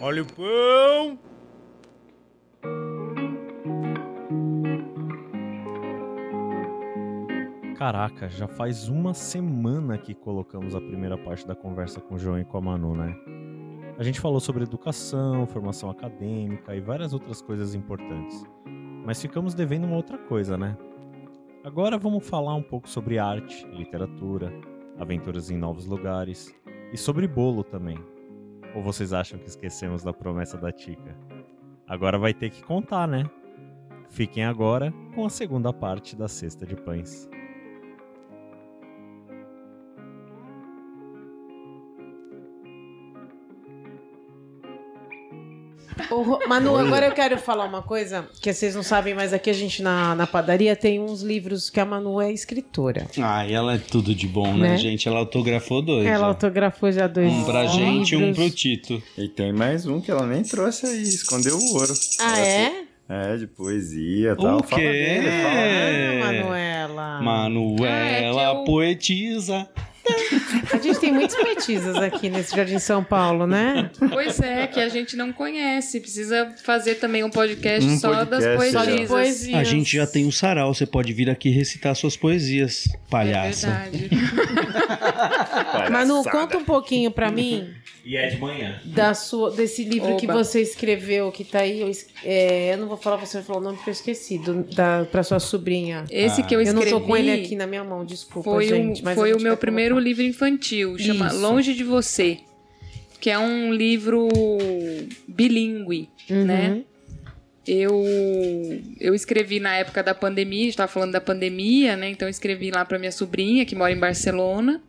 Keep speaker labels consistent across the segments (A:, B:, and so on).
A: Olha o pão!
B: Caraca, já faz uma semana que colocamos a primeira parte da conversa com o João e com a Manu, né? A gente falou sobre educação, formação acadêmica e várias outras coisas importantes. Mas ficamos devendo uma outra coisa, né? Agora vamos falar um pouco sobre arte, literatura, aventuras em novos lugares e sobre bolo também. Ou vocês acham que esquecemos da promessa da Tica? Agora vai ter que contar, né? Fiquem agora com a segunda parte da Cesta de Pães.
C: Ô, Ro- Manu, agora eu quero falar uma coisa que vocês não sabem, mas aqui a gente na, na padaria tem uns livros que a Manu é escritora.
D: Ai, ela é tudo de bom, né,
C: Né?
D: gente? Ela autografou dois.
C: Ela
D: ó.
C: autografou já dois
D: é. Um pra
C: livros.
D: gente e um pro Tito.
E: E tem mais um que ela nem trouxe aí, escondeu o ouro.
D: Assim,
C: Ah, é?
E: É, de poesia e tal.
D: O
E: Fala
D: quê?
E: dele, fala.
D: É.
C: Ah, Manuela.
D: Manuela
F: Ah, é que eu-
D: poetisa.
C: A gente tem muitos petizas aqui nesse Jardim São Paulo, né?
F: Pois é, que a gente não conhece. Precisa fazer também um podcast
E: Um
F: só das
E: podcast,
C: Só de
F: poesias.
C: poesias.
D: A gente já tem um sarau, você pode vir aqui recitar suas poesias,
F: É
D: palhaça.
F: verdade.
C: Manu,
E: Palhaçada.
C: conta um pouquinho pra mim
D: e é de manhã.
C: da sua, desse livro
F: Oba.
C: que você escreveu, que tá aí. Eu, es- é, eu não vou falar, você vai falar o nome porque eu esqueci. Do, da, pra sua sobrinha.
F: Esse que eu
C: Eu não
F: escrevi
C: tô com ele aqui na minha mão, desculpa,
F: foi, o-
C: gente. mas
F: foi
C: a
F: o
C: gente
F: meu
C: vai
F: primeiro
C: colocar.
F: livro infantil, chama
C: Isso.
F: Longe de Você, que é um livro bilíngue,
C: Uhum.
F: né? Eu, eu escrevi na época da pandemia, a gente tava falando da pandemia, né? Então eu escrevi lá pra minha sobrinha, que mora em Barcelona.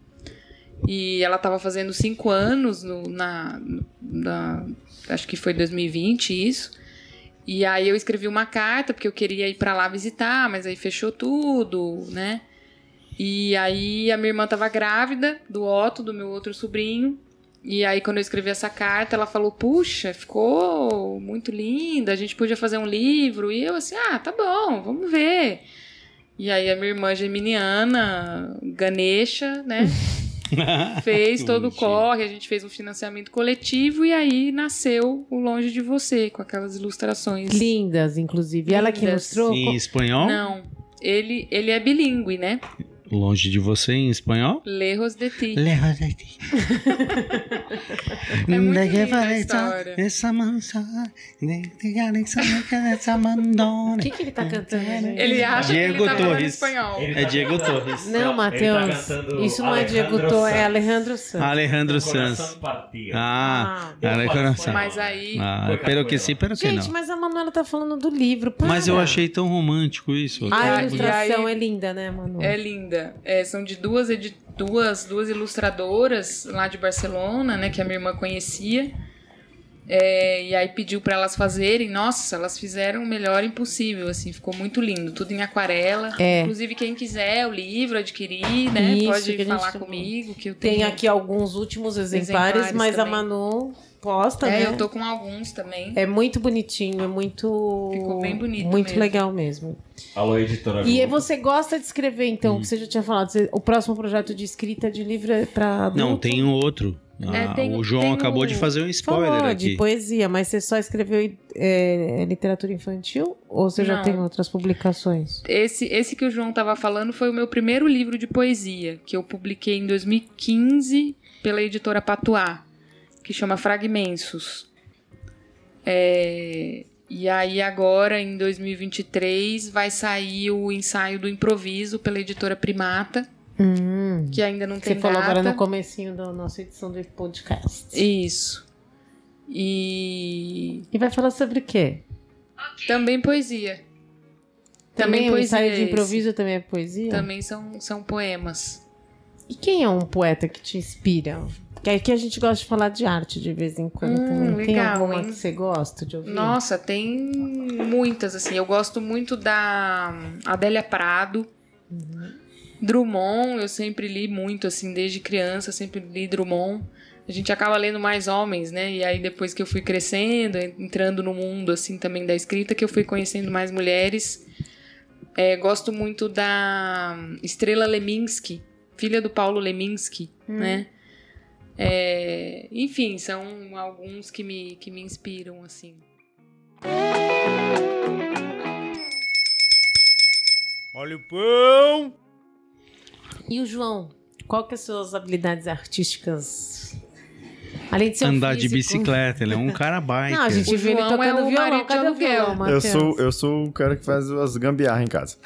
F: E ela tava fazendo cinco anos, no, na, na- acho que foi 2020 isso. E aí eu escrevi uma carta, porque eu queria ir pra lá visitar, mas aí fechou tudo, né? E aí a minha irmã tava grávida do Otto, do meu outro sobrinho. E aí, quando eu escrevi essa carta, ela falou: Puxa, ficou muito linda, a gente podia fazer um livro. E eu, assim, ah, tá bom, vamos ver. E aí, a minha irmã geminiana, Ganesha, né? fez
D: Que
F: todo o
D: bonitinho.
F: corre, a gente fez um financiamento coletivo. E aí nasceu O Longe de Você, com aquelas ilustrações.
C: Lindas, inclusive. Ela que
F: Lindas.
C: mostrou.
D: Em espanhol?
F: Não, ele, ele é bilíngue, né?
D: Longe de você em espanhol?
F: Lerros de ti.
D: Lejos de ti. De que
F: É muito linda a
D: parece
F: história.
D: Essa mansa- de- de que é essa manca- dessa
C: O
D: mandona.
C: que, que ele tá cantando?
D: É, né?
C: gente?
F: Ele acha que
D: Diego
F: ele tá falando
D: Torres.
F: espanhol.
D: É
B: tá
D: Diego Torres.
C: Não, Matheus. Isso não é Diego Tô, é Alejandro Santos.
D: Alejandro Sanz. Ah,
C: Ah.
D: Alejandro Sanz.
F: Mas aí.
D: Ah,
E: Foi
D: pero que
E: capoeira.
D: sim, pero que
C: Gente, é.
D: não.
C: mas a Manuela tá falando do livro. Para.
D: Mas eu achei tão romântico isso.
C: A
F: E aí-
C: ilustração é linda, né, Manu?
F: É linda. É, são de duas, edi- duas, duas ilustradoras lá de Barcelona, né? Que a minha irmã conhecia. É, e aí pediu pra elas fazerem. Nossa, elas fizeram o melhor impossível, assim. Ficou muito lindo. Tudo em aquarela.
C: É.
F: Inclusive, quem quiser o livro, adquirir, né?
C: Isso, que a
F: pode
C: gente
F: falar
C: tá-
F: comigo, que eu tenho.
C: Tem aqui alguns últimos exemplares,
F: Exemplares
C: mas a
F: também.
C: Manu posta,
F: É,
C: né?
F: eu tô com alguns também.
C: É muito bonitinho, é muito.
F: Ficou bem bonito
C: Muito
F: mesmo.
C: legal mesmo.
E: Alô, editora.
C: E
E: Globo.
C: você gosta de escrever,
D: Hum.
C: então, que você já tinha falado. você- O próximo projeto de escrita de livro é pra. adulto?
D: Não, tem um outro.
F: É,
D: Ah,
F: tem-
D: o João
F: tem
D: acabou
F: um-
D: de fazer um spoiler
C: Falou de
D: aqui.
C: poesia, mas você só escreveu é, literatura infantil? Ou você já
F: Não.
C: tem outras publicações?
F: Esse, esse que o João estava falando foi o meu primeiro livro de poesia, que eu publiquei em 2015 pela editora Patuá, que chama Fragmentos. É, e aí agora, em 2023, vai sair o ensaio do improviso pela editora Primata,
C: Hum.
F: que ainda não
C: Você
F: tem
C: falou
F: data.
C: agora no comecinho da nossa edição do podcast. E,
F: Isso. E
C: vai falar sobre o quê?
F: também poesia.
C: Também, o ensaio de
F: esse.
C: improviso também é poesia?
F: Também são, são poemas.
C: E quem é um poeta que te inspira? Que aqui a gente gosta de falar de arte de vez em quando
F: Hum,
C: também. Tem
F: legal,
C: alguma
F: hein?
C: que você gosta de ouvir?
F: Nossa, tem muitas, assim. Eu gosto muito da Adélia Prado. Drummond, eu sempre li muito, assim, desde criança, sempre li Drummond. A gente acaba lendo mais homens, né? E aí depois que eu fui crescendo, entrando no mundo, assim, também da escrita, que eu fui conhecendo mais mulheres. É, gosto muito
C: Hum.
F: da Estrela Leminski, filha do Paulo Leminski, né? É, enfim, são alguns que me, que me inspiram, assim.
A: Olha o pão!
C: E o João, qual que é as suas habilidades artísticas? Além de ser um
D: Andar de
C: físico-
D: bicicleta, ele é um cara biker.
C: Não, a gente
F: O
C: vê ele
F: João
C: tocando
F: é o
C: violão.
F: marido
C: Cadê
F: de
C: o violão,
F: aluguel.
E: Eu
C: Matheus?
E: sou, eu sou o cara que faz as gambiarras em casa.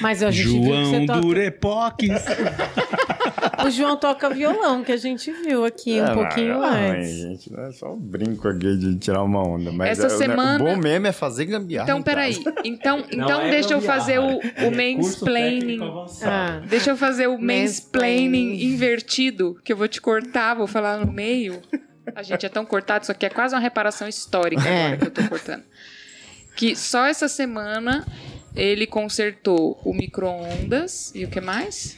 C: Mas a gente viu
D: É, João
C: que você toca...
D: Durepoques.
C: O João toca violão, que a gente viu aqui um
E: Ah,
C: pouquinho
E: ah,
C: antes.
E: gente, não é só um brinco aqui de tirar uma onda. Mas
F: Essa
E: é- o ne-
F: semana-
E: o bom mesmo é fazer gambiarra.
F: Então,
E: em
F: peraí.
E: casa.
F: Então,
B: Não
F: então
B: é
F: deixa eu
B: gambiarra,
F: fazer o,
B: é
F: o
B: recurso
F: mansplaining.
B: técnico avançado.
C: Ah,
F: Deixa eu fazer o mansplaining
C: Mansplaining.
F: invertido, que eu vou te cortar, vou falar no meio. A gente é tão cortado, isso aqui é quase uma reparação histórica
C: É.
F: agora que eu tô cortando. Que só essa semana ele consertou o micro-ondas e o que mais?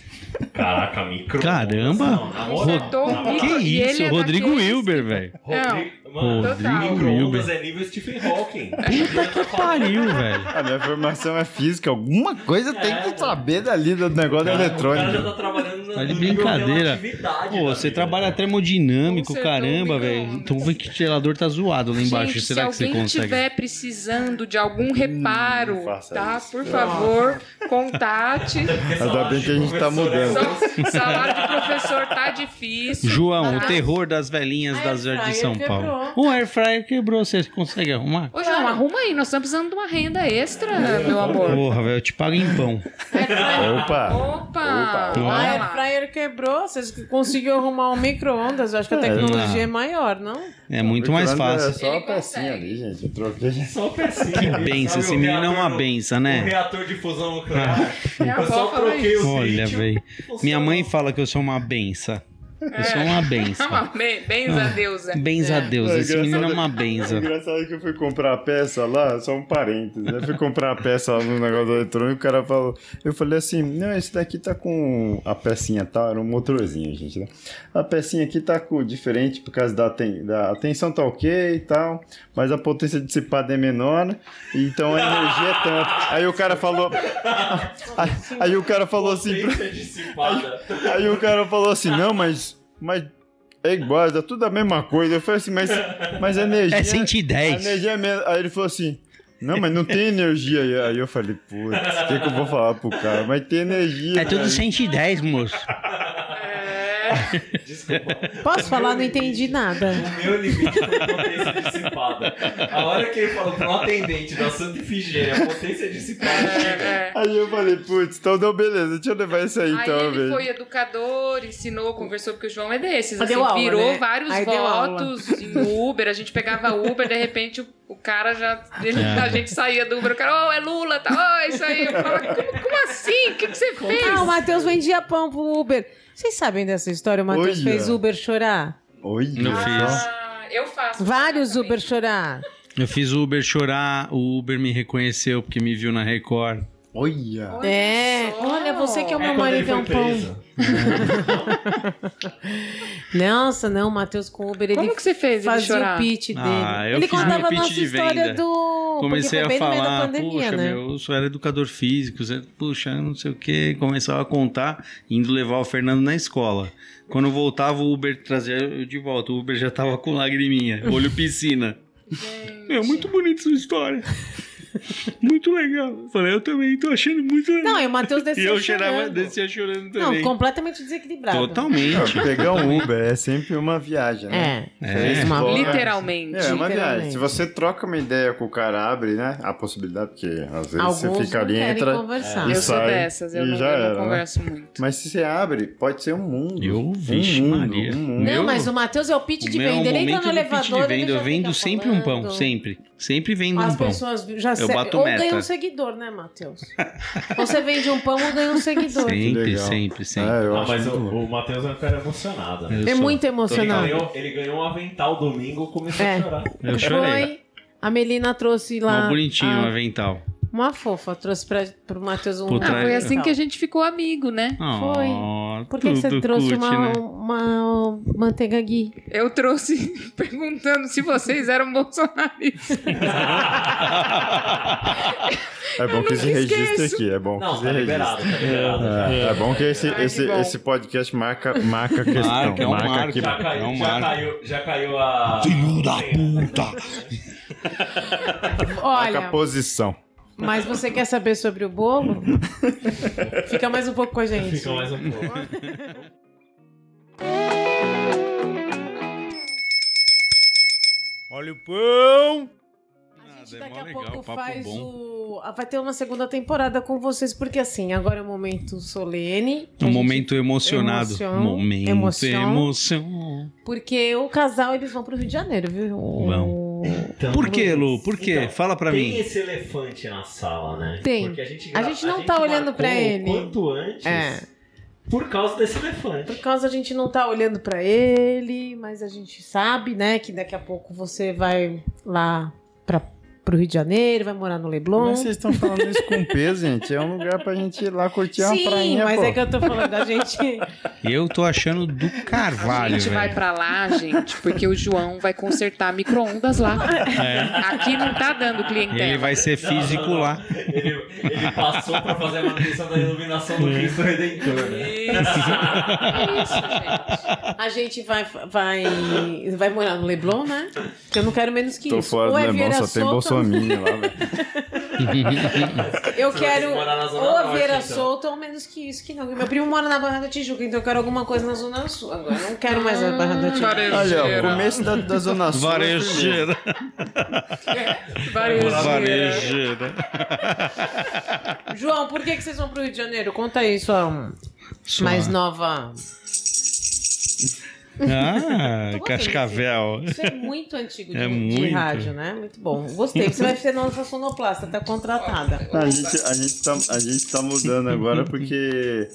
B: Caraca, micro.
D: Caramba!
B: Não, na moral,
F: Consertou
B: na
F: Ah. o
B: moral.
D: Que
F: E ele
D: isso,
F: é
D: Rodrigo
F: daqueles-
D: Wilber, velho.
B: Rodrigo, mano,
F: Rodrigo
B: micro-ondas é nível Stephen Hawking. tá
D: Pariu, velho.
E: A minha formação é física, alguma coisa tem que saber dali do negócio da eletrônica.
B: tá trabalhando na
D: Tá de
B: nível
D: brincadeira.
B: relatividade,
D: Pô,
B: tá
D: você
B: ligado?
D: trabalha termodinâmico,
C: é
F: Consertou
D: caramba,
F: o
D: velho.
F: micro-ondas.
D: Então vê que o gelador tá zoado lá embaixo.
F: Gente,
D: Será que
F: se
D: você
F: alguém
D: consegue? Hum,
F: estiver precisando de algum reparo,
E: faça
F: tá?
E: isso.
F: Por favor, contate.
E: Ainda bem que a gente tá mudando.
F: Só- Salário de professor tá difícil.
D: João,
F: tá?
D: o terror das velhinhas
C: A
D: das
C: air
D: de
C: fryer
D: São
C: quebrou.
D: Paulo. O air fryer quebrou, você consegue arrumar?
F: Ô, João, arruma aí, nós estamos precisando de uma renda extra, meu amor.
D: Porra, velho, eu te pago em pão.
E: Opa!
F: Opa!
D: Opa.
C: A
F: olha
C: Ah, air
F: lá.
C: fryer quebrou, vocês conseguiu arrumar um micro-ondas. Eu acho que a tecnologia é maior, não?
D: É muito mais
E: É
D: fácil.
E: só
F: Ele
E: uma pecinha
F: consegue.
E: ali, gente. Eu troquei.
B: Só pecinha.
D: Que benção, esse menino é uma benção,
B: O
D: né?
B: reator de fusão nuclear.
F: Minha
B: eu
F: avó
B: só
F: fala
B: troquei o
D: Olha,
B: sítio,
D: velho.
B: funcionou.
D: Minha mãe fala que eu sou uma benção. Eu sou uma benção.
F: Calma, é. bem- Bens a deusa.
D: Benza a Deus,
E: É
D: esse menino é
E: engraçado.
D: uma benza.
E: Engraçado que eu fui comprar a peça lá, só um parênteses. né? Eu fui comprar a peça lá no negócio do eletrônico, o cara falou. Eu falei assim: não, esse daqui tá com a pecinha tal, era um motorzinho, gente, né? A pecinha aqui tá com diferente por causa da, ten- da a tensão tá ok e tal, mas a potência dissipada é menor, então a energia é tanto. Aí o cara falou. Aí, aí o cara falou assim. pra-
B: Potência dissipada.
E: Aí o cara falou assim, não, mas, mas é igual, é tudo a mesma coisa. Eu falei assim, mas, mas a energia...
D: É
E: a
D: 110.
E: energia é mesmo. Aí ele falou assim, não, mas não tem energia. aí. Aí eu falei, putz, o que, que eu vou falar pro cara? Mas tem energia.
D: É tudo
E: cara.
D: 110, moço.
F: É,
B: Desculpa.
C: Posso falar? Não entendi nada.
B: O meu limite foi potência dissipada. A hora que ele falou pro atendente da Santa Ifigênia, potência dissipada chega.
F: É, é.
E: Aí eu falei, putz, então deu beleza, deixa eu levar isso aí
F: Aí
E: então,
F: ele
E: velho.
F: foi educador, ensinou, conversou, porque o João é desses.
C: Aí
F: assim,
C: deu aula,
F: virou
C: né?
F: vários
C: Aí deu aula.
F: votos em Uber, a gente pegava Uber, de repente o, o cara já. ele-
D: É.
F: A gente saía do Uber, o cara, oh, é Lula, tá? Ó, é isso aí. Eu falava, como, como assim? O que, que você fez?
C: Ah, o Matheus vendia pão pro Uber. Vocês sabem dessa história? O Matheus
E: Olha.
C: fez Uber chorar.
E: Olha
D: Não
E: só.
D: fiz.
F: Ah, eu faço.
C: Vários
F: também.
C: Uber chorar.
D: Eu fiz o Uber chorar, o Uber me reconheceu porque me viu na Record.
E: Olha.
C: É.
F: só.
C: Olha, você que é o meu
B: quando
C: marido
B: ele
C: é
B: foi
C: um pão.
B: preso.
C: Nossa, não, o Matheus com o Uber, ele
F: Como que você fez ele
C: fazia
F: chorar?
C: o pitch dele.
D: Ah, eu
C: ele
D: fiz
C: contava
D: meu
C: a
D: pitch
C: nossa
D: de
C: história
D: venda.
C: do. porque foi
D: Comecei a
C: bem no meio da
D: falar,
C: pandemia,
D: poxa,
C: né?
D: meu, eu só era educador físico, você- puxa, não sei o que, começava a contar, indo levar o Fernando na escola. Quando eu voltava, o Uber trazia eu de volta, o Uber já tava com lagriminha, olho piscina. É muito bonita sua história. Muito legal. Eu Falei, eu também tô achando muito legal.
C: Não, e o Matheus
D: e
C: desceu.
D: eu cheirava,
C: chorando.
D: descia chorando
C: Não,
D: também.
C: completamente desequilibrado.
D: Totalmente.
E: Pegar um Uber é sempre uma viagem, né?
C: É.
D: É.
C: Uma-
E: Bom,
F: Literalmente.
E: É, é uma viagem.
C: Literalmente.
E: Se você troca uma ideia com o cara, abre, né? A possibilidade, porque às vezes
C: Alguns
E: você fica
C: não
E: ali,
C: querem
E: entra. e
C: conversar.
D: É.
F: Eu
E: Isso.
F: sou
E: sai,
F: dessas, eu
E: e
F: não,
E: já
F: eu não
E: era, né?
F: converso muito.
E: Mas se você abre, pode ser um mundo.
D: Eu,
E: um
D: vixe,
E: mundo,
D: Maria.
E: Um mundo.
C: Não,
D: Meu-
C: mas o Matheus é o pitch
D: O
C: de
D: meu um
C: venda. Ele entra
D: momento
C: no
D: do pitch
C: elevador.
D: de
C: ele
D: venda, eu
C: já
D: vendo
C: fica
D: sempre um
C: falando.
D: pão, sempre. Sempre vendo
C: As
D: um pão.
C: pessoas já
D: Eu
C: se-
D: bato
C: Ou
D: meta.
C: ganha um seguidor, né, Matheus? Ou você vende um pão ou ganha um seguidor.
D: Sempre,
E: legal.
D: sempre, sempre.
E: É, eu
B: Ah,
E: acho
B: mas o,
E: muito louco.
B: o Matheus é um cara emocionado. né?
D: Eu
C: É
D: sou-
C: muito
B: Ele
C: emocionante.
B: ganhou, ele ganhou um avental domingo e começou
C: É.
B: a chorar.
D: Eu chorei.
C: Foi. A Melina trouxe lá.
D: Mó bonitinho o
C: a-
D: avental.
C: Uma fofa. Trouxe pra, pro Matheus um.
D: Por
F: Ah,
D: trás-
F: foi assim que a gente ficou amigo, né?
C: Foi.
D: Olha Mauro.
C: Por que, que você
D: Ah, Tudo
C: trouxe
D: curte,
C: uma,
D: né?
C: uma manteiga gui?
F: Eu trouxe perguntando se vocês eram bolsonaristas.
E: É bom que
F: nunca
E: esse registro
F: esqueço.
E: aqui, é bom que
G: Não,
E: esse
G: tá
E: registro.
G: liberado, tá liberado.
E: É, é bom que esse,
F: Ai, que
E: esse,
F: bom.
E: esse podcast marca, marca a questão.
D: Marca, é um marco.
E: aqui.
G: Já caiu,
D: É um
G: já
D: marco.
G: caiu, já caiu a.
E: Marca a
C: Olha,
E: posição.
C: mas você quer saber sobre o bolo? Fica mais um pouco com a gente.
G: Fica mais um pouco.
A: Olha o pão!
D: Ah,
C: gente
D: daí
C: daqui
D: mó
C: a
D: legal,
C: pouco
D: papo
C: faz
D: bom. É um
C: o. ah, Vai ter uma segunda temporada com vocês, porque assim, agora é um momento solene. que a
D: Um
C: gente-
D: momento emocionado.
C: Emoção,
D: momento
C: emoção.
D: emoção.
C: Porque o casal eles vão pro Rio de Janeiro, viu? O-
D: Vão.
G: Então,
D: Por que, Lu? Por que?
G: Então,
D: Fala pra
G: tem
D: mim.
G: esse elefante na sala, né?
C: Tem.
G: Porque a gente,
C: A gente não tá olhando pra
G: marcou o
C: ele.
G: Quanto antes.
C: É.
G: Por causa desse elefante.
C: Por causa a gente não tá olhando pra ele, mas a gente sabe, né, que daqui a pouco você vai lá para pro Rio de Janeiro, vai morar no Leblon.
E: Mas é vocês estão falando isso com peso, gente. É um lugar pra gente ir lá curtir uma
C: Sim,
E: prainha,
C: mas
E: pô.
C: é que eu tô falando da gente.
D: Eu tô achando do
F: A
D: carvalho,
F: gente vai
D: velho.
F: pra lá, gente, porque o João vai consertar micro-ondas lá. Aqui não tá dando clientela.
D: É. Ele vai ser É físico
G: não.
D: lá.
G: Ele, ele passou pra fazer a manutenção da iluminação do
D: É.
G: Cristo Redentor, né?
F: É Isso, É isso, gente.
C: A gente vai, vai, vai morar no Leblon, né? Porque eu não quero menos que
E: Tô
C: isso.
E: fora
C: Ou
E: do
C: é
E: Leblon,
C: Vieira
E: só tem
C: Soto,
E: bolsominho lá, velho.
C: Eu
G: Você vai
C: quero
G: ter que morar na Zona
C: ou a
G: Norte,
C: Vieira
G: então.
C: Solta ou menos que isso, que não. Meu primo mora na Barra da Tijuca, então eu quero alguma coisa na Zona Sul. Agora eu não quero mais a Barra
F: Ah.
C: da Tijuca.
E: Olha, ó,
F: Varejeira.
E: começo da, da Zona Sul. é primeiro.
D: Varejeira.
F: Varejeira.
D: Varejeira.
C: João, por que, que vocês vão pro Rio de Janeiro? Conta aí sua
D: Sua-
C: mais nova.
D: Ah,
C: Tô
D: cascavel.
C: Isso é muito antigo de,
D: É
C: de
D: muito.
C: rádio, né? Muito bom. Gostei. Você vai ser nossa sonoplasta, tá contratada.
E: A gente, a, gente tá, a gente tá mudando agora porque.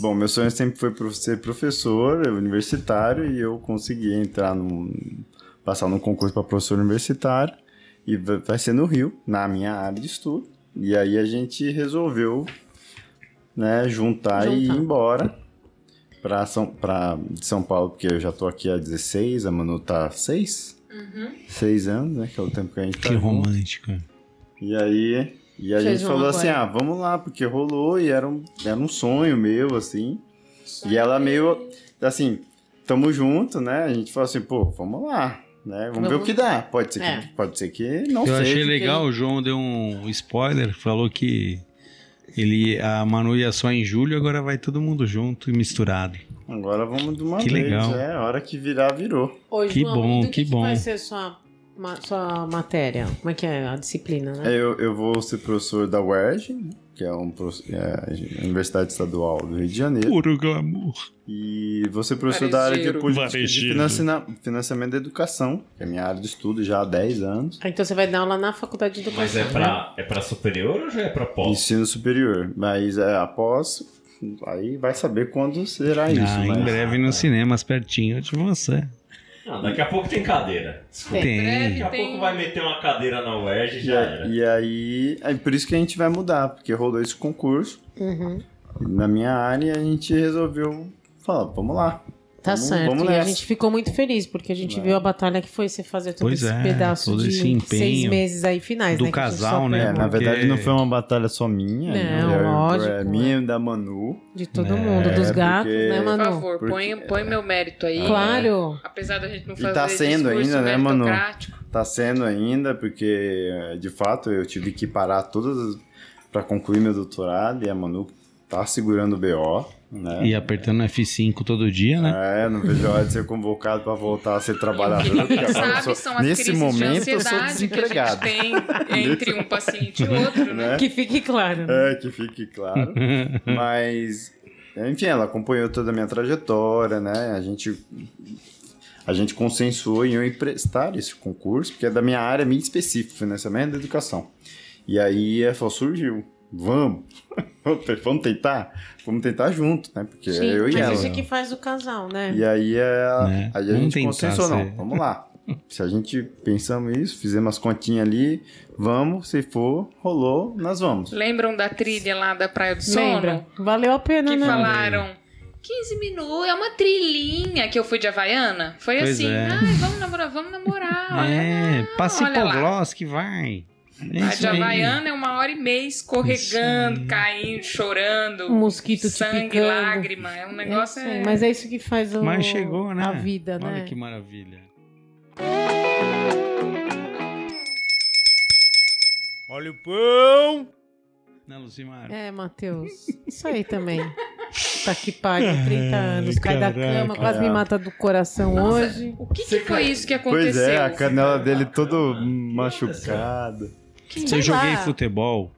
E: Bom, meu sonho sempre foi pro- ser professor universitário e eu consegui entrar num. passar num concurso para professor universitário e va- vai ser no Rio, na minha área de estudo. E aí a gente resolveu né, juntar, e ir
C: Juntar.
E: embora pra São, pra São Paulo, porque eu já tô aqui há 16, a Manu tá 6? seis anos, né? Que é o tempo que a gente tá
D: Que
E: junto.
D: romântico.
E: E aí, e a
C: Vocês
E: gente
C: vão
E: falou assim,
C: agora?
E: ah, vamos lá, porque rolou e era um, era um sonho meu, assim. E ela meio, assim, tamo junto, né? A gente falou assim, pô, vamos lá, né? Vamos, ver o
C: Vamos-
E: que dá. Pode ser,
C: É.
E: que, pode ser que não
D: Eu
E: seja.
D: achei
E: que-
D: legal, o João deu um spoiler, falou que ele, a Manu ia só em julho, agora vai todo mundo junto e misturado.
E: Agora vamos de uma
D: Que
E: vez,
D: legal.
E: é. A hora que virar, virou.
C: Ô,
D: Que
C: João,
D: bom,
C: do
D: que bom.
C: vai ser sua, ma- sua matéria? Como é que é? A disciplina, né?
E: Eu, eu vou ser professor da UERJ, né, que é, um, prof- é a Universidade Estadual do Rio de Janeiro.
D: Puro glamour.
E: E você professor da área de
F: Varejeiro.
E: política de
D: Varejeiro.
E: financina- financiamento da educação, que é minha área de estudo já há 10 anos.
C: Ah, Então você vai dar aula na faculdade de educação.
G: Mas é
C: né?
G: pra, é pra superior ou já é pra pós?
E: Ensino superior. Mas é, após, aí vai saber quando será É isso. né?
D: Ah,
E: mas-
D: em breve nos cinemas, pertinho de você.
G: Não, daqui a pouco tem cadeira. Desculpa.
D: Tem.
G: Daqui a pouco vai meter uma cadeira na UERJ e
E: E,
G: já era.
E: a- e aí, é por isso que a gente vai mudar, porque rolou esse concurso
C: Uhum.
E: na minha área e a gente resolveu falar, vamos lá.
C: Tá
E: Vamos-
C: certo.
E: vamos
C: e a
E: nessa. Né.
C: gente ficou muito feliz, porque a gente
E: Vai.
C: viu a batalha que foi você fazer todo
D: Pois
C: esse
D: é,
C: pedaço
D: todo
C: de
D: esse empenho
C: seis meses aí finais,
D: do
C: né? que a gente
D: casal,
C: só
D: né?
E: É,
C: pegou
E: na
D: porque-
E: verdade não foi uma batalha só minha. né?
C: Não,
E: Eu- eu-
C: lógico,
E: É minha e da Manu.
C: De todo
D: É,
C: mundo, dos gatos,
E: porque-
C: né,
F: Por
C: Manu?
F: favor, põe, põe meu mérito aí.
C: Claro.
F: Apesar da gente não
E: E
F: fazer
E: tá sendo
F: discurso
E: ainda, né, Manu?
F: meritocrático.
E: Tá sendo ainda, porque é, de fato eu tive que parar todas as... pra concluir meu doutorado e a Manu tá segurando o BO, né?
D: E apertando F5 todo dia, né?
E: É, não vejo a hora de ser convocado pra voltar a ser
F: E
E: trabalhador.
F: o que
E: porque
F: ninguém
E: agora eu
F: sabe
E: sou-
F: são as
E: nesse
F: crises
E: momento
F: de
E: eu sou
F: ansiedade que a gente
E: desempregado.
F: tem entre um paciente e outro, né?
E: Né?
C: Que fique claro.
E: É, que fique claro. Mas, enfim, ela acompanhou toda a minha trajetória, né? A gente, a gente consensuou em eu emprestar esse concurso, porque é da minha área muito específica, né? é financiamento da educação. E aí ela falou, surgiu, vamos. vamos tentar? Vamos tentar junto, né? Porque
C: Sim,
E: é eu
C: mas
E: e ela.
C: isso que faz o casal, né?
E: E aí, é,
D: Né?
E: aí a
D: Vamos
E: gente
D: tentar
E: consensuou,
D: ser.
E: não, vamos lá. Se a gente pensamos isso, fizemos as continhas ali, vamos, se for, rolou, nós vamos.
F: Lembram da trilha lá da Praia do Sono?
C: Lembra? Valeu a pena,
F: Que
C: né?
F: falaram 15 minutos, é uma trilhinha que eu fui de Havaiana. Foi
D: Pois
F: assim,
D: é.
F: ai, vamos namorar, vamos namorar. olha
D: É,
F: lá,
D: passe
F: olha lá.
D: hipoglós que vai. É
F: A
D: isso
F: de
D: aí.
F: Havaiana é uma hora e meia
D: Isso
F: escorregando,
D: aí.
F: caindo, chorando.
C: Um mosquito te
F: sangue,
C: picando.
F: lágrima. É um negócio.
C: Eu sei,
F: é-
C: Mas é isso que faz o,
D: Mas chegou, né?
C: a vida,
D: Olha
C: né?
D: que maravilha.
A: Olha o pão!
D: Né, Lucimar?
C: É, Matheus. Isso aí também. Tá que pariu, 30 anos, cai da
D: caraca.
C: cama, quase me mata do coração
F: Nossa,
C: hoje.
F: O que, que
G: Você
F: foi
G: caiu.
F: isso que aconteceu?
E: Pois é, a canela
G: Aconteceu.
E: dele toda
G: Caramba.
E: machucada.
C: Sei
D: Se eu
C: lá.
D: joguei futebol,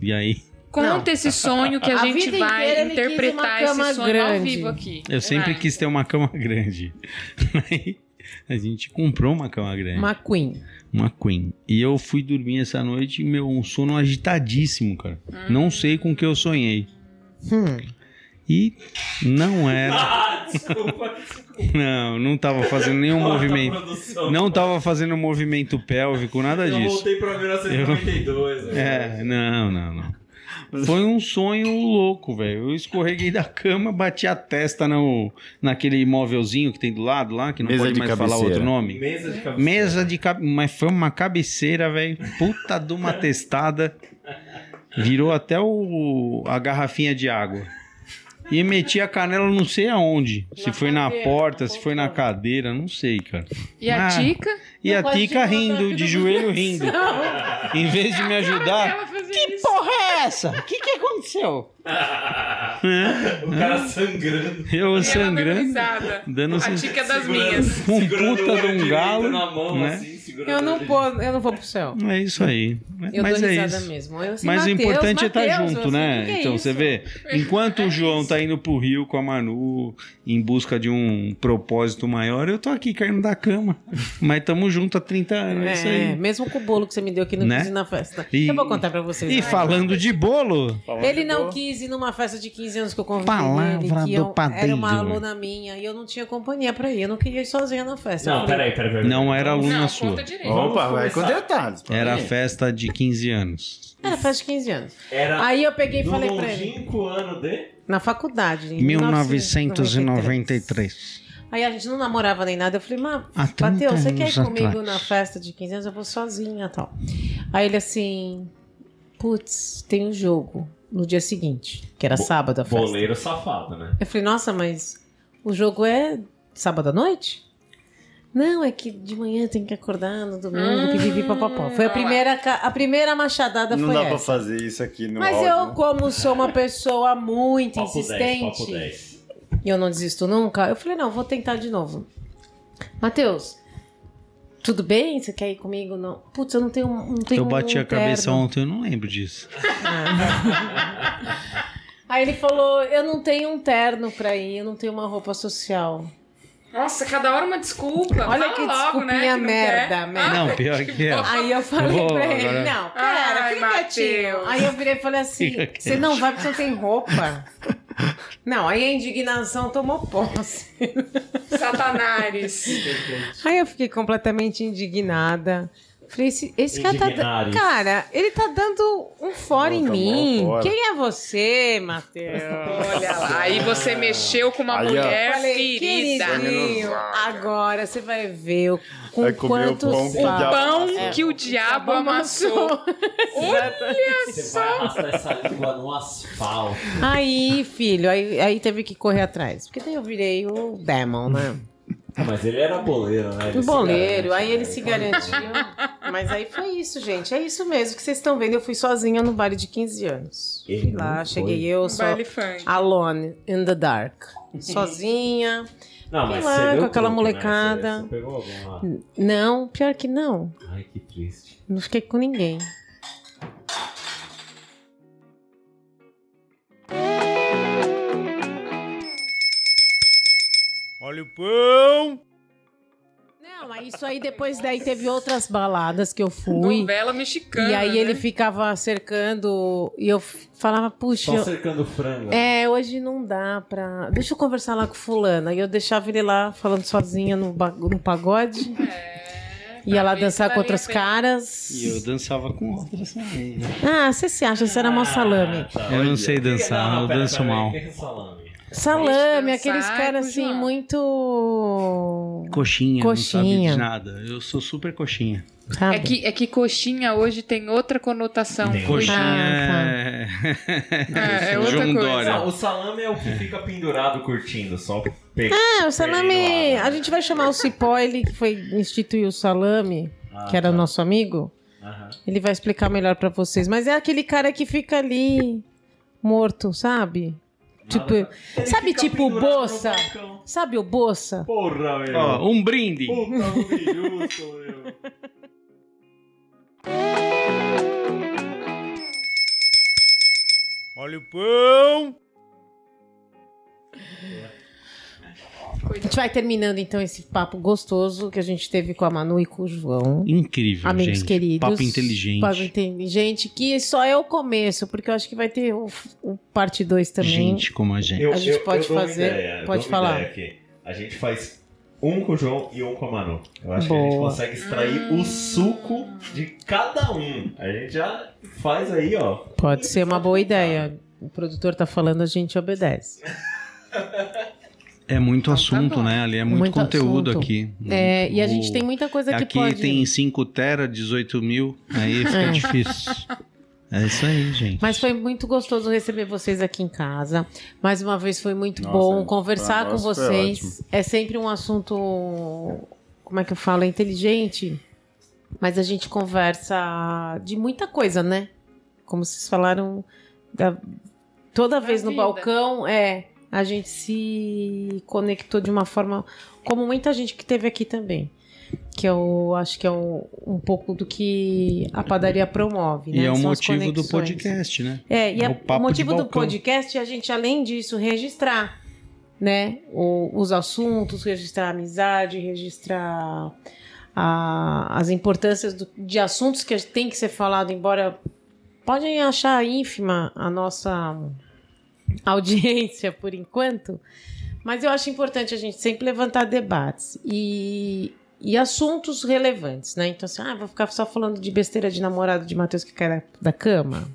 D: e aí
F: Conta
C: Não.
F: esse sonho que a,
C: A
F: gente
C: vida
F: vai
C: inteira ele quis
F: interpretar
C: uma
F: esse
C: cama
F: sonho ao
C: grande.
F: vivo aqui.
D: eu sempre
F: Vai.
D: quis ter uma cama grande. Aí a gente comprou uma cama grande, uma...
C: McQueen.
D: queen. E eu fui dormir essa noite e meu um sono agitadíssimo, cara.
F: Hum.
D: Não sei com o que eu sonhei.
C: Hum.
D: E não era.
G: Ah, desculpa.
D: Não, não tava fazendo nenhum um movimento. Não
G: tá
D: tava fazendo movimento pélvico, nada
G: Eu
D: disso.
G: voltei pra 1992.
D: É, não, não, não. Foi um sonho louco, velho. Eu escorreguei da cama, bati a testa no, naquele imóvelzinho que tem do lado lá, que não
E: Mesa
D: pode
E: de
D: mais falar
E: cabeceira.
D: outro nome.
G: Mesa
H: Tá
G: de cabeça.
D: Mesa de cabeceira. Mas foi uma cabeceira, velho. Puta de uma testada. Virou até o, a garrafinha de água. E meti a canela não sei aonde. se
C: Na
D: foi na
C: cadeira,
D: porta,
C: na
D: se foi na
C: poltrona.
D: cadeira, não sei, cara.
F: E a
D: Ah,
F: Tica?
D: E
C: Não
D: a
C: pode te
D: Tica
C: mandar
D: rindo,
C: aqui
D: de
C: no
D: joelho rindo. Em vez de me ajudar.
F: Ela fazia isso.
D: Ah, Porra, é essa? O que, que aconteceu?
G: o cara sangrando.
D: Eu
F: E ela dando
D: sangrando,
F: risada.
D: dando
F: A Tica é das
G: segurando-
F: minhas.
D: Um
G: segurando
D: puta
G: o
D: de um
G: olho direito
D: galo,
G: Na mão,
D: né?
G: assim, segurando
C: Eu
G: o
C: não,
G: olho
C: vou, eu não vou pro céu.
D: É isso aí.
C: Eu
D: Mas
C: dou
D: é
C: risada
D: isso.
C: mesmo. Eu, assim,
D: Mas o
C: Mateus,
D: importante é estar
C: Mateus,
D: junto,
C: eu,
D: né?
C: assim, que que é
D: então você
C: isso?
D: vê, enquanto o João tá indo pro Rio com a Manu em busca de um propósito maior, eu tô aqui caindo da cama. Mas tamo junto há 30 anos, é, isso
C: É,
D: aí.
C: mesmo com o bolo que você me deu que não
D: Né?
C: quis ir na festa.
D: E-
C: Eu vou contar pra vocês.
D: E
C: Ai,
D: falando de bolo,
C: Ele não quis ir numa festa de 15 anos que eu convidei
D: Palavra
C: ele, que
D: do
C: eu, era
D: padeiro.
C: uma aluna minha e eu não tinha companhia pra ir, eu não queria ir sozinha na festa.
G: Não,
C: Eu falei,
G: Ah, peraí, peraí. peraí.
D: não era aluna
F: Não,
D: sua.
F: conta direito.
E: Opa,
G: Vamos
E: vai com
G: começar.
E: detalhes. pra
D: Era a
E: mim.
D: festa de 15 anos.
C: Era "É, festa de 15 anos.
G: Era
D: Tá.
C: Aí eu peguei e
G: do
C: Ah, falei pra ele,
G: longínquo ano de...
C: na faculdade, em
D: 1993.
C: Aí a gente não namorava nem nada. Eu falei, mas,
D: Há 30
C: Matheus, você quer ir
D: anos
C: comigo
D: atrás.
C: na festa de 15 anos? Eu vou sozinha e tal. Aí ele assim, putz, tem um jogo no dia seguinte, que era
G: Bo-
C: sábado a festa.
G: Boleiro safado, né?
C: Eu falei, nossa, mas o jogo é sábado à noite? Não, é que de manhã tem que acordar no domingo,
F: Hum,
C: pipipi, papapó. Foi a
F: olha lá.
C: primeira, ca- a primeira machadada
E: Ah. Não
C: foi
E: dá
C: essa.
E: pra fazer isso aqui no
C: Mas
E: áudio,
C: eu,
E: né?
C: como sou uma pessoa muito
G: Papo 10, papo
C: insistente,
G: 10.
C: e eu não desisto nunca, eu falei, não, vou tentar de novo. Matheus, tudo bem? Você quer ir comigo? Não. Putz, eu não tenho, não tenho
D: Eu bati
C: um
D: a cabeça
C: terno.
D: ontem, eu não lembro disso.
C: Aí ele falou, eu não tenho um terno pra ir, eu não tenho uma roupa social.
F: Nossa, cada hora uma desculpa.
C: Olha
F: Fala
C: que
F: logo, né?
C: desculpinha
F: que não
C: merda,
F: quer. Ah.
C: merda.
D: Não, pior que é.
C: Aí eu falei
D: Boa,
C: pra ele,
D: agora-
C: não, pera,
F: Ai,
C: fica quietinho.
F: Mateus.
C: Aí eu virei e falei assim,
D: Fica quietinho.
C: você não vai porque você não tem roupa. Não, aí a indignação tomou posse.
F: Satanares.
C: Aí eu fiquei completamente indignada. Falei, esse, esse cara tá... da-
G: Indignares.
C: Cara, ele tá dando um fora em
E: Bota a mão
C: mim.
E: tá fora.
C: Quem é você, Matheus?
F: Olha lá. Aí você mexeu com uma
E: Aí, ó.
F: mulher
C: Falei,
F: ferida.
C: queridinho, agora você vai ver o- com
E: Tá Vai comer o
C: quantos
E: pão que o
C: pau-
E: diabo-
F: Pão
E: É.
F: que
C: Tá
F: o diabo amassou.
C: Ah,
F: Olha
G: Você vai arrastar essa língua no asfalto.
C: Aí, filho, aí, aí teve que correr atrás. Porque daí eu virei o Demon, né?
G: Ah, Mas ele era boleiro, né? Ele
C: O
G: se
C: Um boleiro,
G: garante,
C: aí
G: né?
C: ele se garantiu. Mas aí foi isso, gente. É isso mesmo que vocês estão vendo. Eu fui sozinha no baile de 15 anos.
G: Ele
C: Fui lá,
G: não
C: cheguei
G: foi. Uhum.
C: eu só.
F: Um Baile funk.
C: Alone in the dark. Sozinha.
G: Não, mas
C: Sei lá,
G: você deu
C: com aquela
G: truque, né?
C: molecada. Hum.
G: Você- Você pegou alguma...
C: Não, pior que não.
G: Ai, que triste.
C: Não fiquei com ninguém.
A: Olha o pão!
C: Não, mas isso aí depois daí teve outras baladas que eu fui.
F: Novela mexicana.
C: E aí ele
F: né?
C: ficava cercando e eu f- falava, puxa,
G: Só
C: eu-
G: cercando frango.
C: É, hoje não dá pra. Deixa eu conversar lá com fulana. E eu deixava ele lá falando sozinha no, ba- no pagode.
F: É, pra
C: Ia lá
F: ver se
C: dançar com
F: valia
C: outros
F: a pena.
C: caras.
D: E eu dançava com outras também, né?
C: Ah, você se acha, você era mó salame.
G: Ah, tá.
D: Eu não sei
G: Por que-
D: dançar,
G: não,
D: eu
G: pera,
D: danço
G: pera aí,
D: mal.
G: por que salame?
C: Salame,
F: Enche o
C: aqueles
F: saco,
C: caras assim,
F: João. É
C: muito.
D: Coxinha,
C: Coxinha.
D: não sabe de nada. Eu sou super coxinha.
C: Sabe?
F: É que, é que coxinha hoje tem outra conotação.
D: Coxinha
C: Ah,
F: tá.
D: é...
F: É, é
D: o
F: outra
D: João
F: coisa.
G: Não,
D: Dória.
G: o salame é o que fica pendurado curtindo, só pe...
C: Ah, o salame.
G: Perdoado.
C: A gente vai chamar o Cipó, ele que foi instituir o salame, que era o nosso amigo.
G: Ah, tá. Aham.
C: Ele vai explicar melhor pra vocês. Mas é aquele cara que fica ali morto, sabe? Tipo,
G: Ele
C: sabe
G: fica
C: tipo
G: pendurado no
C: bolsa?
G: balcão.
C: sabe o Bossa?
G: Porra, meu.
D: Ó, um brinde.
G: Puta, um justo, meu.
A: Olha o pão!
C: A gente vai terminando então esse papo gostoso que a gente teve com a Manu e com o João.
D: Incrível,
C: Amigos
D: gente.
C: queridos.
D: Papo inteligente.
C: Papo inteligente, que só é o começo, porque eu acho que vai ter o, o parte 2 também.
D: Gente como a gente.
G: Eu-
C: A gente
G: eu-
C: pode
G: eu dou uma
C: fazer-
G: ideia, eu
C: pode
G: dou uma
C: falar.
G: ideia aqui. A gente faz um com o João e um com a Manu. Eu acho que a gente
C: Boa.
G: consegue extrair o suco de cada um. A gente já faz aí, ó.
C: Pode ser uma boa ideia. O produtor tá falando, a gente obedece.
D: É muito
F: Então tá
D: assunto,
F: bom.
D: né? Ali é muito,
C: Muito
D: conteúdo
C: assunto.
D: aqui.
C: É, e a
D: O-
C: gente tem muita coisa que
D: Aqui
C: pode... né?
D: tem 5 tera, 18 mil, aí fica
C: É.
D: difícil. É isso aí, gente.
C: Mas foi muito gostoso receber vocês aqui em casa. Mais uma vez foi muito
E: Nossa,
C: bom
D: um
E: pra
C: conversar com
E: nós foi
C: vocês. É sempre um assunto, como é que eu falo, É inteligente. Mas a gente conversa de muita coisa, né? Como vocês falaram, da- toda
F: Da
C: vez no
F: vida.
C: balcão, é, a gente se conectou de uma forma como muita gente que teve aqui também. Que eu acho que é um, um pouco do que a padaria promove, né?
D: E é o
C: São as
D: motivo do
C: conexões.
D: podcast, né?
C: É, e
D: É
C: a-
D: o
C: o,
D: papo de
C: motivo do
D: balcão.
C: podcast é a gente, além disso, registrar, né? o- os assuntos, registrar a amizade, registrar a- as importâncias do- de assuntos que tem que ser falado, embora podem achar ínfima a nossa audiência por enquanto, mas eu acho importante a gente sempre levantar debates e, e assuntos relevantes, né? Então, assim, ah, vou ficar só falando de besteira de namorado de Matheus que cai da- da cama.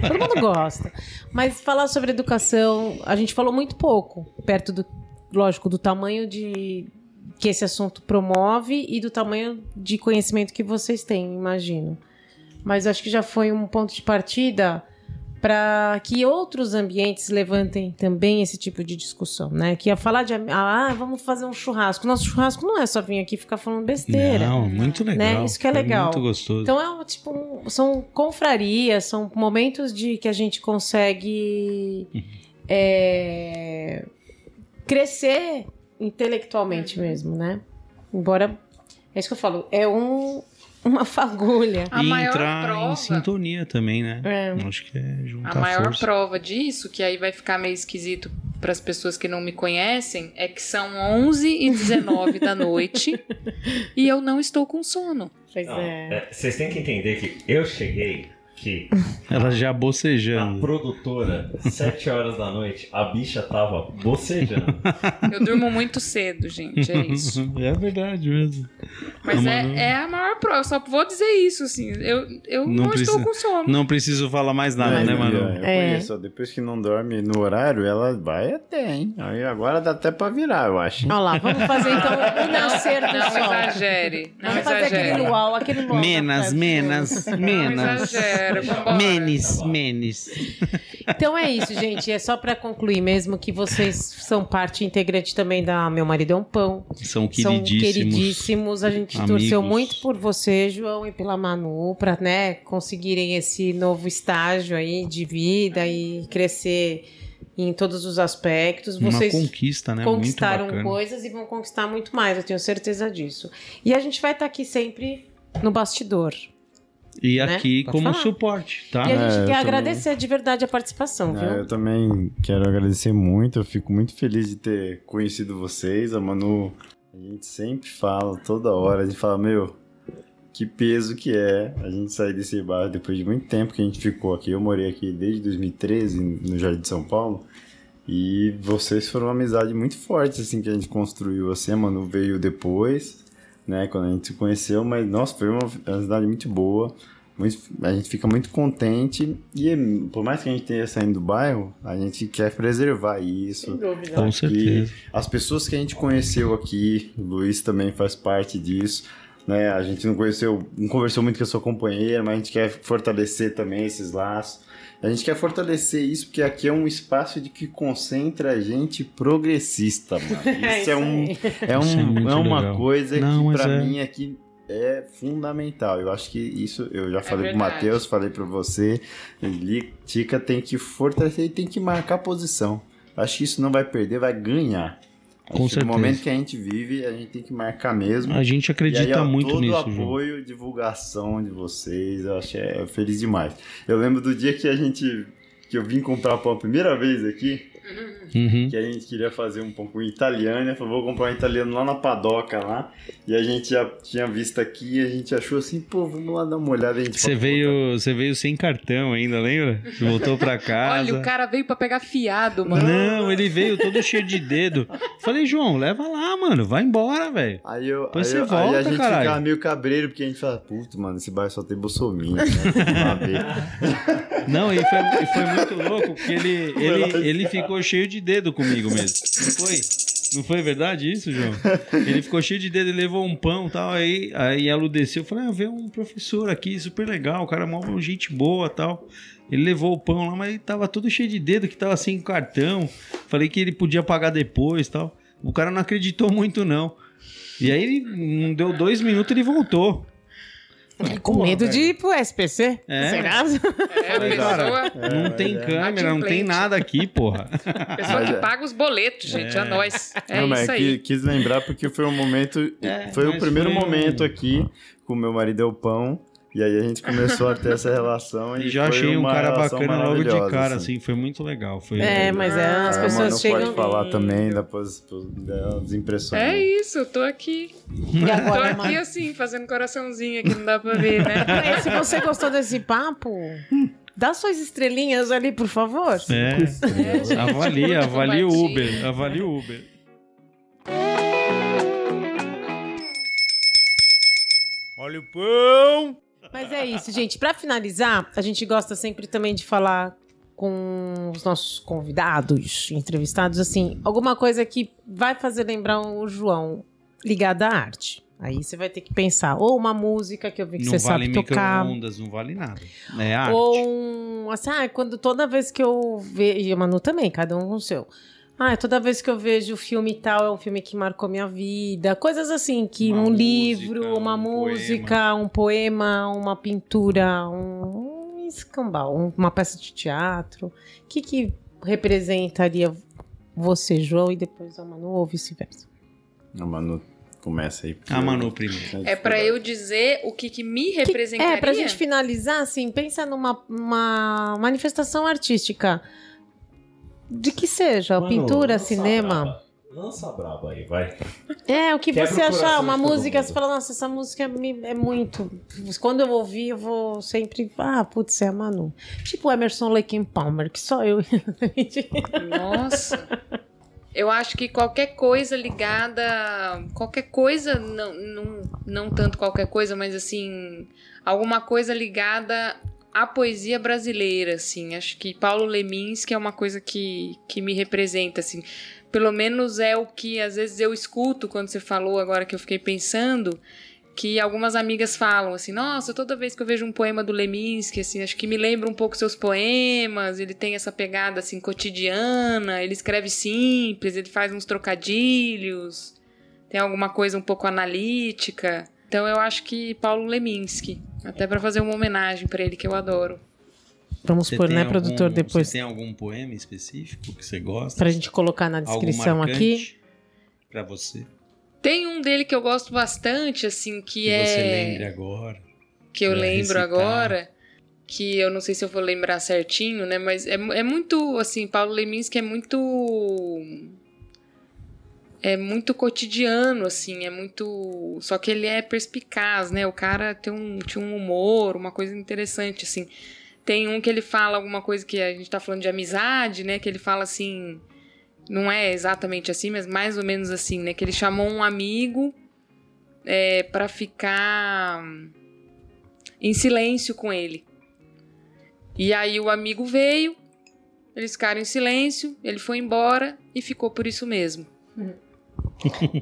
C: Todo mundo gosta. Mas falar sobre educação, a gente falou muito pouco, perto do, lógico, do tamanho de que esse assunto promove e do tamanho de conhecimento que vocês têm, imagino. Mas acho que já foi um ponto de partida para que outros ambientes levantem também esse tipo de discussão, né? Que ia falar de ah, vamos fazer um churrasco. Nosso churrasco não é só vir aqui e ficar falando besteira.
D: Não, muito legal.
C: Né? Isso que é
D: Foi
C: legal.
D: Muito gostoso.
C: Então é um, tipo, um- são confrarias, são momentos de que a gente consegue
F: Uhum.
C: é, crescer intelectualmente
F: Uhum.
C: mesmo, né? Embora é isso que eu falo, é um uma fagulha.
F: A
D: e
F: maior
D: entrar
F: prova-
D: em sintonia também, né?
C: É.
D: Acho que é juntar
F: A maior
D: força.
F: prova disso, que aí vai ficar meio esquisito para as pessoas que não me conhecem, é que são 11 e 19 da noite e eu não estou com sono.
C: Pois
G: Não,
C: é.
G: é, Vocês têm que entender que eu cheguei que
D: Ela já
G: a
D: bocejando.
G: produtora, 7 horas da noite, a bicha tava bocejando.
F: Eu durmo muito cedo, gente, é isso.
D: É verdade mesmo.
F: Mas
D: Manu.
F: é, é a maior prova, eu só vou dizer isso, assim, eu, eu
D: Não
F: não,
D: precisa-
F: estou com sono.
D: Não preciso falar mais nada,
E: Ai,
D: né,
E: eu-
D: mano?
E: Eu
C: É.
E: conheço, ó, depois que não dorme no horário, ela vai até, hein? Aí agora dá até pra virar, eu acho. hein?
C: Olha lá, vamos fazer então o nascer do
F: Não
C: sol.
F: exagere, não
C: vamos fazer aquele
F: exagere.
C: luau, aquele luau.
D: Menas,
C: Tá?
D: menas,
F: Não
D: menas.
F: exagera, vambora.
D: Menes, menes.
C: Então é isso, gente. É só pra concluir mesmo que vocês são parte integrante também da Meu Marido é um Pão.
D: São
C: são
D: queridíssimos.
C: queridíssimos. A gente
D: amigos.
C: torceu muito por você, João, e pela Manu, para né, conseguirem esse novo estágio aí de vida e crescer em todos os aspectos.
D: Uma
C: Vocês
D: conquista, né?
C: conquistaram
D: muito bacana.
C: coisas e vão conquistar muito mais, eu tenho certeza disso. E a gente vai estar aqui sempre no bastidor.
D: E
C: né?
D: aqui
C: Pode
D: como
C: falar.
D: suporte, tá?
C: e a
E: é,
C: gente
E: eu
C: quer
E: também.
C: agradecer de verdade a participação,
E: Ah,
C: viu?
E: eu também quero agradecer muito, eu fico muito feliz de ter conhecido vocês, a Manu. A gente sempre fala, toda hora, a gente fala, meu, que peso que é a gente sair desse bar depois de muito tempo que a gente ficou aqui. Eu morei aqui desde 2013, no Jardim de São Paulo. E vocês foram uma amizade muito forte, assim, que a gente construiu. Assim, a Manu veio depois, né, quando a gente se conheceu, mas, nossa, foi uma amizade muito boa. muito- a gente fica muito contente e hum, por mais que a gente tenha saído do bairro, a gente quer preservar isso.
C: Sem dúvida.
D: Com certeza.
E: E as pessoas que a gente conheceu aqui, o Luiz também faz parte disso. Né? A gente não conheceu, não conversou muito com a sua companheira, mas a gente quer fortalecer também esses laços. A gente quer fortalecer isso porque aqui é um espaço de que concentra a gente progressista, mano. Isso é, um,
C: aí.
E: é, um,
D: Isso é muito
E: é uma
D: legal.
E: coisa
D: Não,
E: que
D: mas
E: pra
D: é.
E: mim aqui é fundamental. Eu acho que isso eu já falei pro
F: verdade.
E: Matheus, falei pra você. Li- Tica tem que fortalecer e tem que marcar posição. Acho que isso não vai perder, vai ganhar.
D: Com
E: acho que
D: certeza.
E: no momento que a gente vive, a gente tem que marcar mesmo.
D: A gente acredita
E: e aí, ó,
D: muito
E: todo
D: nisso,
E: o
D: João.
E: apoio, divulgação de vocês, eu achei é, feliz demais. Eu lembro do dia que a gente que eu vim comprar pela primeira vez aqui,
D: Uhum.
E: que a gente queria fazer um pão com italiano, eu falei, vou comprar um italiano lá na padoca lá, e a gente já tinha visto aqui, e a gente achou assim, pô, vamos lá dar uma olhada, a gente
D: Você
E: falou,
D: veio, você veio sem cartão ainda, lembra? Você voltou pra casa.
F: Olha, o cara veio pra pegar fiado, mano.
D: Não, ele veio todo cheio de dedo. Falei, João, leva lá, mano. Vai embora, velho.
E: Aí, eu, aí,
D: Depois você
E: eu- aí
D: volta,
E: a gente
D: caralho.
E: ficava meio cabreiro, porque a gente fala, puto, mano, esse bairro só tem bolsominho, né? Uma vez.
D: Não, e foi, e foi muito louco, porque ele, ele, ele ficou cheio de dedo comigo mesmo. Não foi? Não foi verdade isso, João? Ele ficou cheio de dedo, ele levou um pão e tal. Aí, aí ela desceu e falou: Ah, veio um professor aqui, super legal, o cara é mó gente boa tal. Ele levou o pão lá, mas ele tava todo cheio de dedo, que tava sem cartão. Falei que ele podia pagar depois tal. O cara não acreditou muito, não. E aí ele não deu dois minutos ele voltou.
C: Com
D: Porra,
C: medo de
D: velho.
C: ir pro SPC?
D: É.
C: Será?
F: É, a
D: Falei, cara,
F: pessoa,
E: É,
D: não
E: mas
D: tem
E: é.
D: câmera, não tem
F: Adimplente.
D: nada aqui, porra.
F: a pessoa
E: Mas
F: que
E: é.
F: paga os boletos, gente. É, nóis. É
E: Não, mas
F: isso
E: qui-
F: aí.
E: quis lembrar porque foi um momento.
D: É,
E: foi o
D: mas
E: primeiro
D: foi um-
E: momento aqui com o meu marido é o pão. E aí a gente começou a ter essa relação. E,
D: E já
E: foi
D: achei um
E: uma
D: cara
E: relação
D: bacana logo de
E: maravilhosa,
D: cara, assim, foi muito legal. Foi
C: É, mas é, as
E: Ah,
C: pessoas
E: mas não
C: chegam.
E: pode falar também da pos- pos- das impressões.
F: É isso, eu tô aqui.
C: E
F: Tô
C: agora,
F: aqui assim, fazendo coraçãozinho aqui, não dá pra ver, né?
C: É, se você gostou desse papo, dá suas estrelinhas ali, por favor.
D: É.
F: É,
D: Avalia,
F: muito
D: avalia o
F: combativa.
D: Uber, avalia o Uber.
A: Olha o pão!
C: Mas é isso, gente. Pra finalizar, a gente gosta sempre também de falar com os nossos convidados, entrevistados, assim, alguma coisa que vai fazer lembrar o João ligado à arte. Aí você vai ter que pensar, ou uma música que eu vi É que
D: Não
C: você
D: vale
C: sabe tocar,
D: micro-ondas, não vale nada. É arte.
C: Ou um, assim, ah, quando toda vez que eu vejo. E a Manu também, cada um com o seu. Ah, toda vez que eu vejo o filme tal, é um filme que marcou minha vida. Coisas assim, que
D: Uma
C: um
D: música,
C: livro, uma
D: um
C: música, um poema, uma pintura, um escambau, um- uma peça de teatro. O que, que representaria você, João, e depois a Manu, ou vice-versa?
E: A Manu Ah, começa aí. porque
D: Ah,
E: eu-
D: Manu, primeiro.
F: É pra eu dizer o que, que me representaria.
C: É, pra gente finalizar, assim, pensa numa uma manifestação artística. De que seja,
G: Mano,
C: pintura,
G: lança a
C: cinema.
G: braba. Lança a braba aí, vai.
C: É, o que
G: Quebra
C: você
G: o
C: achar,
G: coração
C: uma
G: de todo
C: música,
G: mundo.
C: você fala, nossa, essa música me- é muito. Quando eu ouvi, eu vou sempre. Ah, putz, é a Manu. Tipo o Emerson Lake and Palmer, que só eu.
F: Nossa. Eu acho que qualquer coisa ligada. Qualquer coisa, não, não, não tanto qualquer coisa, mas assim. Alguma coisa ligada à poesia brasileira, assim. Acho que Paulo Leminski é uma coisa que, que me representa, assim. Pelo menos é o que às vezes eu escuto quando você falou agora que eu fiquei pensando. Que algumas amigas falam assim, nossa, toda vez que eu vejo um poema do Leminski, assim, acho que me lembra um pouco seus poemas, ele tem essa pegada assim cotidiana, ele escreve simples, ele faz uns trocadilhos, tem alguma coisa um pouco analítica. Então eu acho que Paulo Leminski, até pra fazer uma homenagem pra ele que eu adoro.
C: Vamos
D: Você
C: pôr,
D: tem
C: né,
D: algum-
C: produtor, depois.
D: Você tem algum poema específico que você gosta?
C: Pra gente colocar na
D: Algo
C: descrição aqui.
D: marcante Pra você.
F: Tem um dele que eu gosto bastante, assim, que,
D: Que
F: é
D: você lembre agora.
F: que eu
D: Vai
F: lembro
D: recitar.
F: agora, que eu não sei se eu vou lembrar certinho, né? Mas é, mu- é muito, assim, Paulo Leminski é muito. É muito cotidiano, assim, é muito. Só que ele é perspicaz, né? O cara tem um, tinha um humor, uma coisa interessante, assim. Tem um que ele fala alguma coisa que a gente tá falando de amizade, né? Que ele fala assim. Não é exatamente assim, mas mais ou menos assim, né? Que ele chamou um amigo é, para ficar em silêncio com ele. E aí o amigo veio, eles ficaram em silêncio, ele foi embora e ficou por isso mesmo.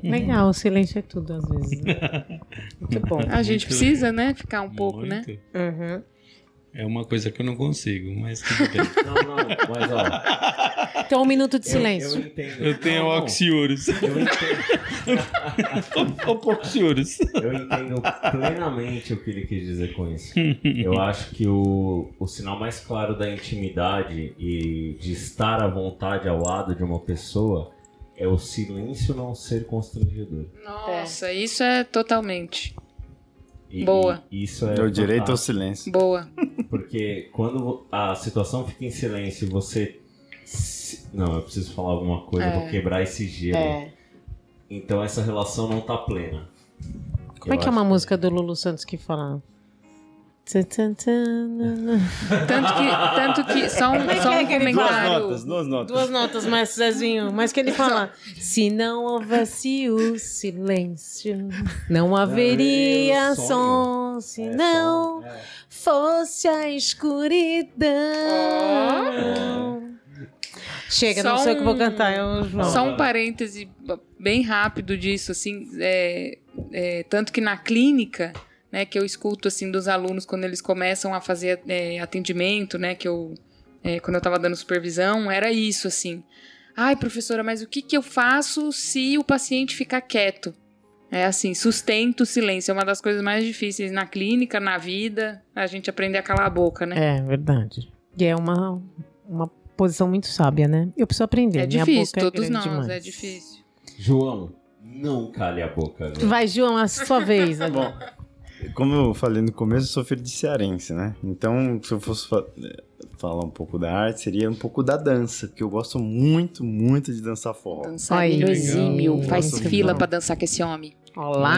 C: Legal, o silêncio é tudo às vezes. né? Muito bom.
F: A gente
D: Muito
F: precisa, né, ficar um pouco, né?
D: Muito.
C: Uhum.
D: É uma coisa que eu não consigo, mas tudo bem.
G: Não, não, mas ó.
C: Então, um minuto de
G: eu-
C: silêncio.
G: Eu, entendo.
D: Eu tenho
G: Não, não,
D: oxiúros.
G: Eu entendo,
E: Um
D: Oxiúros.
G: eu entendo plenamente o que ele quis dizer com isso. Eu acho que o, o sinal mais claro da intimidade e de estar à vontade ao lado de uma pessoa é o silêncio não ser constrangedor.
F: Nossa, isso é totalmente
G: E-
F: Boa.
G: e isso é
E: É o
D: Ah.
E: direito ao
G: fantástico,
E: silêncio.
F: boa.
G: Porque quando a situação fica em silêncio e você. se- Não, eu preciso falar alguma coisa,
F: É.
G: vou quebrar esse gelo.
C: É.
G: Então essa relação não tá plena.
C: Como é que é uma música do Lulu Santos que fala? Tan, tan, tan, na, na.
F: Tanto que, tanto que só um,
C: Como é que
F: só
C: é
F: um
C: que ele
E: Duas
F: comentário.
E: notas, duas notas.
C: Duas notas, mas Zezinho. Mas que ele fala: se não houvesse o silêncio, não haveria
G: haveria som.
C: som,
F: É,
C: se não fosse a escuridão. Chega, não
F: Só
C: sei o que eu vou
F: um-
C: cantar, eu João.
F: Só um parêntese bem rápido disso, assim, é, é, tanto que na clínica, né, que eu escuto, assim, dos alunos quando eles começam a fazer é, atendimento, né, que eu, é, quando eu tava dando supervisão, era isso, assim. Ai, professora, mas o que que eu faço se o paciente ficar quieto? É assim, sustenta o silêncio. É uma das coisas mais difíceis na clínica, na vida, a gente aprender a calar a boca, né?
C: É, verdade. E é uma, uma posição muito sábia, né? Eu preciso aprender.
F: É,
C: Minha
F: difícil,
C: boca é
F: todos
C: grande
F: nós,
C: demais.
F: é difícil.
G: João, não cale a boca. né?
D: É.
C: Vai, João, a sua vez agora.
E: Bom, como eu falei no começo, eu sou filho de cearense, né? Então, se eu fosse fa- falar um pouco da arte, seria um pouco da dança, porque eu gosto muito, muito de dançar forró.
F: Dançarino
C: Ai,
F: exímio,
C: legal.
F: faz
E: Nossa,
F: fila
E: legal.
F: pra dançar com esse homem.
C: Olá!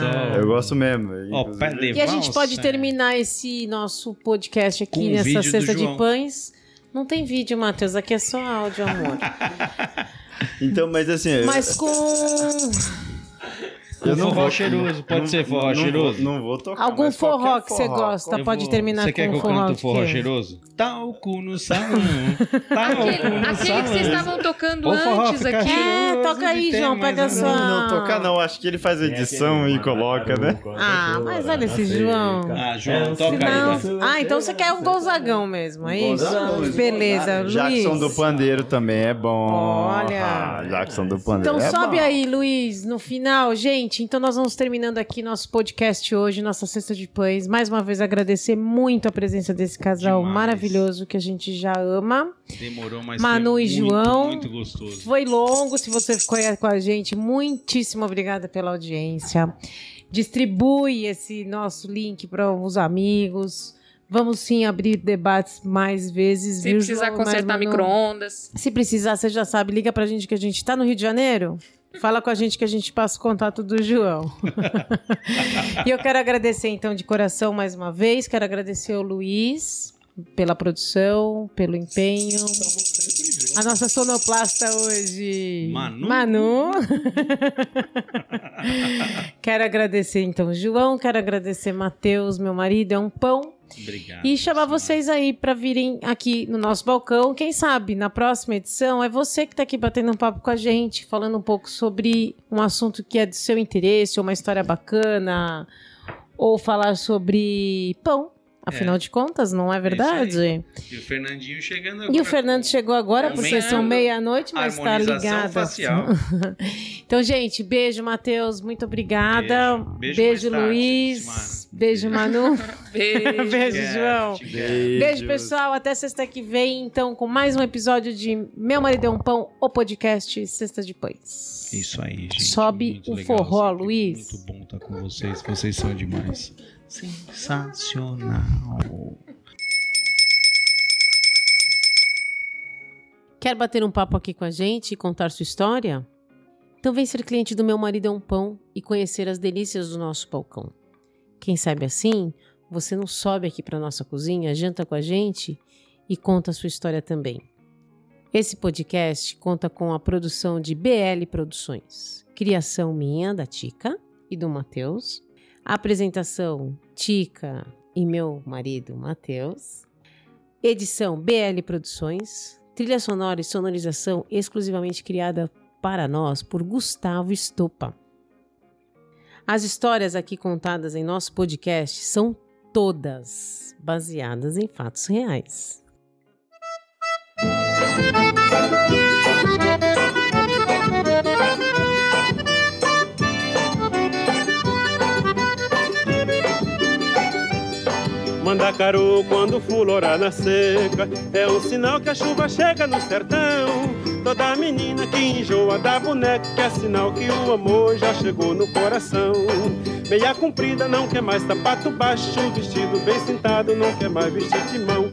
D: Olha só.
E: Eu gosto mesmo.
D: É. Ó,
E: inclusive-
D: pé de
C: E a gente
D: valsa,
C: pode
D: é.
C: terminar esse nosso podcast aqui
D: Com um
C: nessa
D: vídeo do
C: cesta de
D: João.
C: pães. Não tem vídeo, Matheus, aqui é só áudio, amor.
E: Então, mas assim...
D: É.
E: eu-
C: Mas com
E: eu
D: forró cheiroso, pode ser
E: não
D: forró
E: vou-
D: cheiroso?
E: Não vou tocar.
C: algum
E: mas qualquer
C: forró que você
E: forró,
C: gosta,
D: Eu
C: pode
D: vou-
C: terminar
D: Você
C: com
D: quer
C: um
D: que eu
C: forró.
D: cante o forró
C: que-
D: cheiroso? Talco no salão. Talco
F: Aquele,
D: no
F: aquele que vocês
D: salão.
F: estavam tocando
D: Ô, forró,
F: antes
D: fica
F: aqui.
D: cheio.
C: É,
D: Cheiroso
C: toca aí,
D: de
C: João,
D: tema,
C: pega a
D: né?
C: sua.
E: Não, não, tocar não. Acho que ele faz a
G: Tem
E: edição
G: aquele
E: e coloca, né?
G: macaco,
C: Ah, mas olha esse
G: seca.
C: João.
D: Ah, João,
G: É, não
D: toca
G: sei,
D: aí,
G: não
D: vai.
C: Não.
G: sei, não
C: Ah,
G: sei,
C: então você
G: não
C: quer
G: sei.
C: um Gonzagão mesmo,
D: Um
C: é isso?
G: Gonzagão, Luiz
C: Beleza, Luiz.
E: Jackson do Pandeiro também é bom.
C: Olha.
E: Ah, Jackson do Pandeiro
C: Então
E: é
C: sobe
E: bom.
C: aí, Luiz, no final, gente. Então nós vamos terminando aqui nosso podcast hoje, nossa cesta de pães. Mais uma vez agradecer muito a presença desse casal
D: Demais.
C: maravilhoso que a gente já ama.
D: Demorou, mas
C: Manu
D: foi
C: e
D: muito,
C: João.
D: muito gostoso.
C: Foi longo, se você ficou aí com a gente, muitíssimo obrigada pela audiência. Distribui esse nosso link para os amigos. Vamos sim abrir debates mais vezes.
F: Se
C: viu,
F: precisar
C: João? Mas,
F: consertar
C: Manu,
F: micro-ondas.
C: Se precisar, você já sabe, liga pra gente que a gente tá no Rio de Janeiro. Fala com a gente que a gente passa o contato do João. e eu quero agradecer, então, de coração mais uma vez. Quero agradecer ao Luiz pela produção, pelo empenho. A nossa sonoplasta hoje.
D: Manu.
C: Manu. quero agradecer, então, João. Quero agradecer, Matheus, meu marido. É um pão.
D: Obrigado.
C: E chamar
D: Manu.
C: vocês aí pra virem aqui no nosso balcão. Quem sabe na próxima edição é você que tá aqui batendo um papo com a gente, falando um pouco sobre um assunto que é do seu interesse, ou uma história bacana, ou falar sobre pão. Afinal de contas, não é
D: isso
C: verdade?
D: E o Fernandinho chegando agora.
C: E o Fernando chegou agora, porque
D: Comendo.
C: são meia-noite, mas tá
D: Harmonização
C: ligado.
D: facial.
C: então, gente, beijo, Matheus. Muito obrigada. Beijo,
D: Beijo. Beijo mais tarde,
C: Luiz.
D: Simara.
C: Beijo, Manu.
F: Beijo.
C: beijo, João.
D: É, Te quero.
E: Beijo,
C: Beijo, pessoal. Até sexta que vem, então, com mais um episódio de Meu Marido é um Pão, o podcast Sexta de Pães.
D: Isso aí, gente.
C: Sobe
D: Muito
C: o
D: legal,
C: forró,
D: sempre
C: Luiz.
D: Muito bom estar com vocês. Vocês são demais. Sensacional.
C: Quer bater um papo aqui com a gente e contar sua história? Então vem ser cliente do Meu Marido é um Pão e conhecer as delícias do nosso balcão. Quem sabe assim, você não sobe aqui para nossa cozinha, janta com a gente e conta sua história também. Esse podcast conta com a produção de BL Produções, criação minha, da Tica e do Matheus, apresentação Tica, e meu marido, Matheus. Edição BL Produções. Trilha sonora e sonorização exclusivamente criada para nós por Gustavo Estopa. As histórias aqui contadas em nosso podcast são todas baseadas em fatos reais.
H: Mandacaru quando fulora na seca É um sinal que a chuva chega no sertão Toda menina que enjoa da boneca É sinal que o amor já chegou no coração Meia comprida não quer mais sapato baixo Vestido bem sentado não quer mais vestir de mão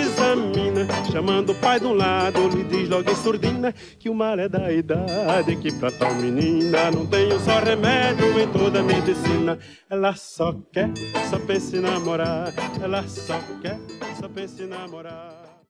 H: examina, chamando o pai de um lado, lhe diz logo em surdina que o mal é da idade, que pra tal menina não tem um só remédio em toda a medicina. Ela só quer, só pensa em namorar. Ela só quer, só pensa em namorar.